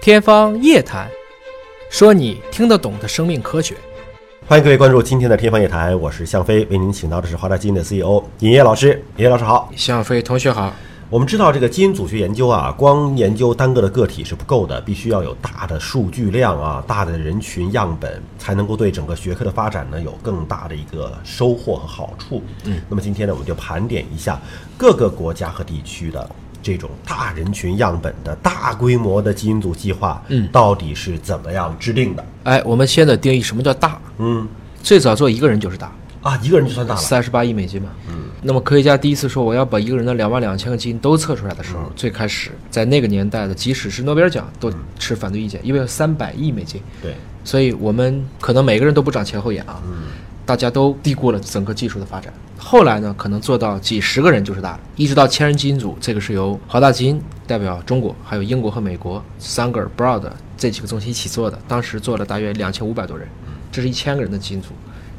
天方夜谭，说你听得懂的生命科学。欢迎各位关注今天的《天方夜谭》，我是向飞，为您请到的是华大基因的 CEO 尹烨老师。尹烨老师好。向飞同学好，我们知道这个基因组学研究啊，光研究单个的个体是不够的，必须要有大的数据量啊，大的人群样本，才能够对整个学科的发展呢有更大的一个收获和好处。嗯，那么今天呢，我们就盘点一下各个国家和地区的。这种大人群样本的大规模的基因组计划，嗯，到底是怎么样制定的？哎，我们先得定义什么叫大。嗯，最早做一个人就是大，啊，一个人就算大了。三十八亿美金嘛。嗯。那么科学家第一次说我要把一个人的两万两千个基因都测出来的时候，最开始在那个年代的，即使是诺贝尔奖都持反对意见，因为三百亿美金，对，所以我们可能每个人都不长前后眼啊。嗯大家都低估了整个技术的发展。后来呢，可能做到几十个人就是大了，一直到千人基因组，这个是由华大基因代表中国，还有英国和美国三个 Broad 这几个中心一起做的，当时做了大约两千五百多人，嗯这是一千个人的基因组，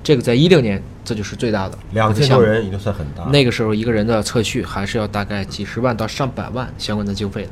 这个在一六年这就是最大的两千多人已经啊算很大了。那个时候一个人的测序还是要大概几十万到上百万相关的经费的，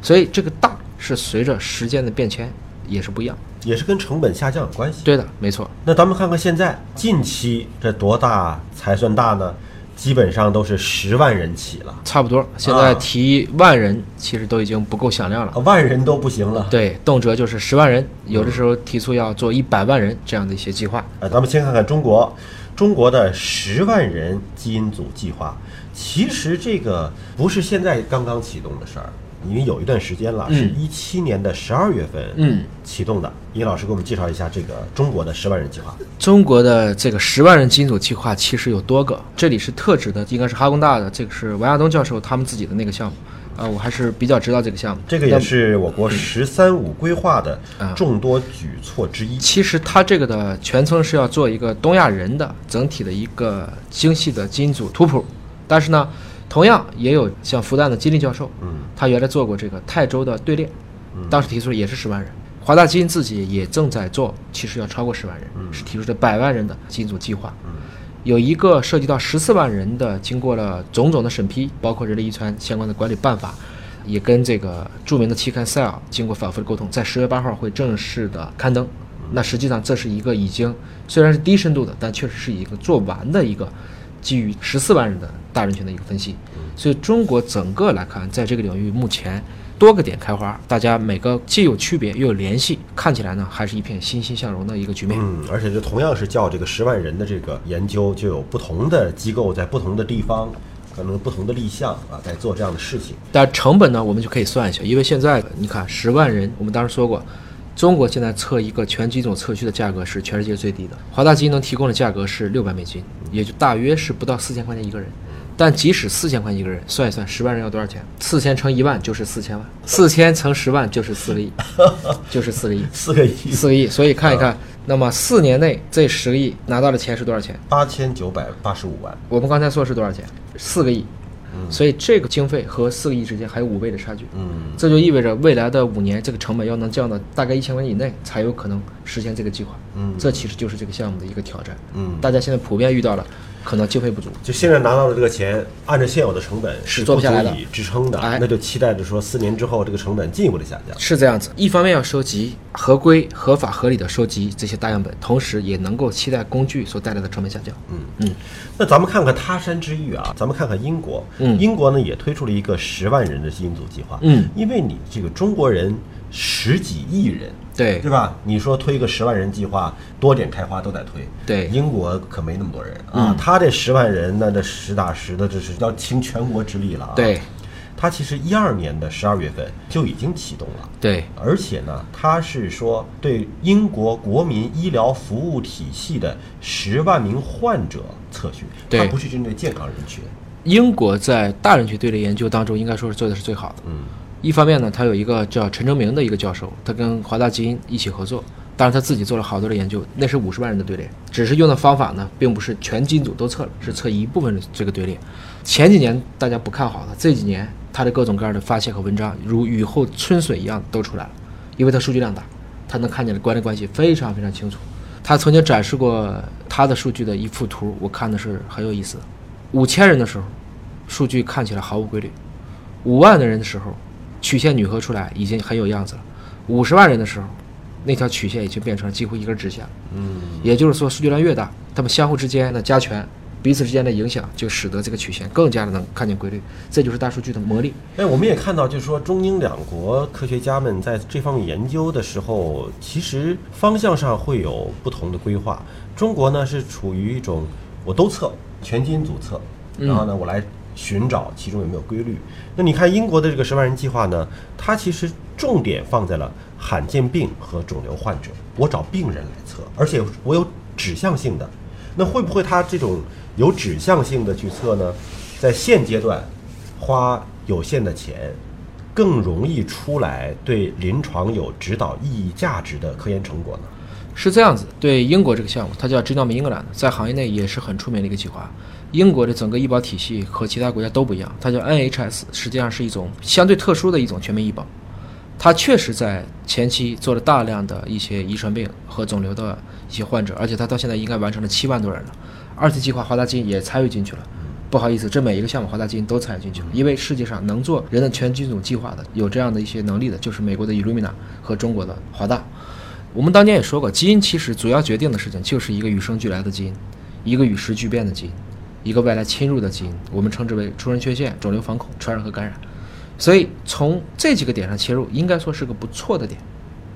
所以这个大是随着时间的变迁也是不一样。也是跟成本下降有关系。对的，没错。那咱们看看现在近期这多大才算大呢？基本上都是十万人起了，差不多，现啊在提万人其实都已经不够响亮了啊。万人都不行了。对，动辄就是十万人，有的时候提出要做一百万人这样的一些计划。啊，咱们先看看中国，中国的十万人基因组计划，其实这个不是现在刚刚启动的事儿，因为有一段时间了，是一七年的十二月份嗯启动的。尹老师给我们介绍一下这个中国的十万人计划。中国的这个十万人基因组计划其实有多个，这里是特指的，应该是哈工大的，这个是王亚东教授他们自己的那个项目。啊、我还是比较知道这个项目。这个也是我嗯国“十三五”规划的啊众多举措之一。其实它这个的全称是要做一个东亚人的整体的一个精细的基因组图谱，但是呢，同样也有像复旦的金立教授，嗯，他原来做过这个泰州的队列，当时提出的也是十万人。华大基因自己也正在做，其实要超过十万人，是提出的百万人的基因组计划。有一个涉及到十四万人的，经过了种种的审批，包括人类遗传相关的管理办法，也跟这个著名的期刊《Cell》经过反复的沟通，在十月八号会正式的刊登。那实际上这是一个已经虽然是低深度的，但确实是一个做完的一个基于十四万人的大人群的一个分析。所以中国整个来看，在这个领域目前多个点开花，大家每个既有区别又有联系，看起来呢还是一片欣欣向荣的一个局面。嗯，而且这同样是叫这个十万人的这个研究，就有不同的机构在不同的地方，可能不同的立项啊，在做这样的事情。但成本呢，我们就可以算一下，因为现在你看十万人，我们当时说过，中国现在测一个全基种测序的价格是全世界最低的，华大基因能提供的价格是六百美金，也就大约是不到四千块钱一个人。但即使四千块一个人，算一算十万人要多少钱？四千乘一万就是四千万，四千乘十万就是四个亿，就是四个亿，四个亿四个亿。所以看一看，那么四年内这十个亿拿到的钱是多少钱？八千九百八十五万，我们刚才说是多少钱？四个亿。所以这个经费和四个亿之间还有五倍的差距。嗯，这就意味着未来的五年，这个成本要能降到大概一千块钱以内，才有可能实现这个计划。嗯这其实就是这个项目的一个挑战。嗯大家现在普遍遇到了可能经费不足。就现在拿到的这个钱，按照现有的成本是是做不足下来的以支撑的，哎那就期待着说四年之后这个成本进一步的下降。是这样子，一方面要收集合规、合法、合理的收集这些大样本，同时也能够期待工具所带来的成本下降。嗯嗯，那咱们看看他山之玉啊，咱们看看英国。嗯英国呢也推出了一个十万人的基因组计划。嗯，因为你这个中国人十几亿人，对对吧？你说推个十万人计划，多点开花都得推。对嗯英国可没那么多人啊，他这十万人，那这实打实的，这是要倾全国之力了啊。对，他其实一二年的十二月份就已经启动了。对，而且呢，他是说对英国国民医疗服务体系的十万名患者测序，对它不是针对健康人群。英国在大人群队列研究当中，应该说是做的是最好的。嗯，一方面呢，他有一个叫陈正明的一个教授，他跟华大基因一起合作，当然他自己做了好多的研究，那是五十万人的队列，只是用的方法呢，并不是全基因组都测了，是测一部分的这个队列。前几年大家不看好他，这几年他的各种各样的发现和文章如雨后春笋一样都出来了，因为他数据量大，他能看见的关联关系非常非常清楚。他曾经展示过他的数据的一幅图，我看的是很有意思的。五千人的时候，数据看起来毫无规律；五万的人的时候，曲线拟合出来已经很有样子了。五十万人的时候，那条曲线已经变成了几乎一根直线。嗯，也就是说，数据量越大，他们相互之间的加权，彼此之间的影响，就使得这个曲线更加的能看见规律。这就是大数据的魔力。哎，我们也看到，就是说中英两国科学家们在这方面研究的时候，其实方向上会有不同的规划。中国呢是处于一种我都测，全基因组测，然后呢我来寻找其中有没有规律。那你看英国的这个十万人计划呢，它其实重点放在了罕见病和肿瘤患者，我找病人来测，而且我有指向性的。那会不会它这种有指向性的去测呢，在现阶段花有限的钱，更容易出来对临床有指导意义价值的科研成果呢？是这样子，对英国这个项目，它叫 Genome England，在行业内也是很出名的一个计划。英国的整个医保体系和其他国家都不一样，它叫 NHS，实际上是一种相对特殊的一种全民医保。它确实在前期做了大量的一些遗传病和肿瘤的一些患者，而且它到现在应该完成了七万多人了。二期计划华大基因也参与进去了。不好意思，这每一个项目华大基因都参与进去了，因为世界上能做人的全基因组计划的，有这样的一些能力的，就是美国的 Illumina 和中国的华大。我们当年也说过，基因其实主要决定的事情就是一个与生俱来的基因，一个与时俱变的基因，一个外来侵入的基因，我们称之为出人缺陷、肿瘤防控、传染和感染。所以从这几个点上切入，应该说是个不错的点。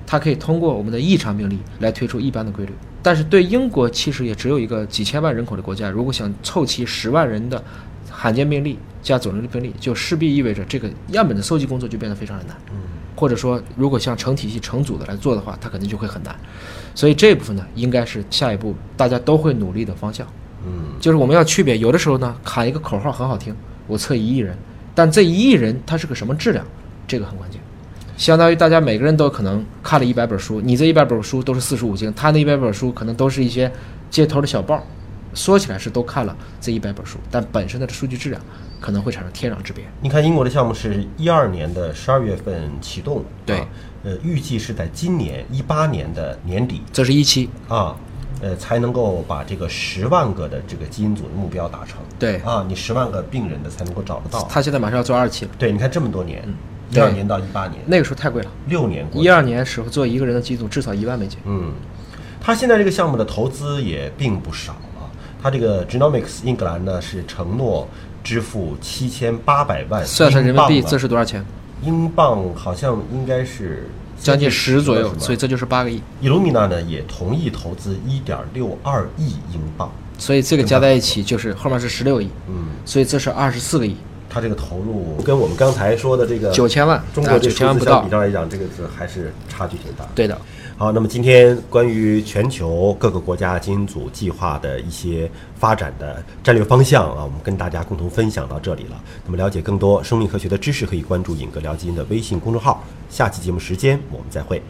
它可以通过我们的异常病例来推出一般的规律。但是对英国其实也只有一个几千万人口的国家，如果想凑齐十万人的罕见病例加肿瘤的病例，就势必意味着这个样本的收集工作就变得非常的难。或者说，如果像成体系、成组的来做的话，它肯定就会很难。所以这一部分呢，应该是下一步大家都会努力的方向。嗯，就是我们要区别，有的时候呢，喊一个口号很好听，我测一亿人，但这一亿人它是个什么质量，这个很关键。相当于大家每个人都可能看了一百本书，你这一百本书都是四书五经，他那一百本书可能都是一些街头的小报。说起来是都看了这一百本书，但本身的数据质量可能会产生天壤之别。你看，英国的项目是一二年的十二月份启动，对啊呃，预计是在今年一八年的年底这是一期，啊，呃，才能够把这个十万个的这个基因组的目标达成。对啊，你十万个病人的才能够找得到。他现在马上要做二期了，对，你看这么多年，一对二年到一八年，那个时候太贵了。六年过一去。二年时候做一个人的基础至少一万美金，嗯，他现在这个项目的投资也并不少啊。他这个 Genomics 英格兰呢是承诺支付七千八百万算算人民币英镑吧这是多少钱？英镑好像应该是将近十左右，所以以这就是八个亿。 Illumina 呢也同意投资一点六二亿英镑。所以这个加在一起就是后面是十六亿，嗯，所以这是二十四个亿，他这个投入跟我们刚才说的这个九千万中国这啊九千万数字不到相比较来讲，这个是还是差距挺大。对的。好，那么今天关于全球各个国家基因组计划的一些发展的战略方向啊，我们跟大家共同分享到这里了。那么了解更多生命科学的知识，可以关注“尹哥聊基因”的微信公众号。下期节目时间我们再会。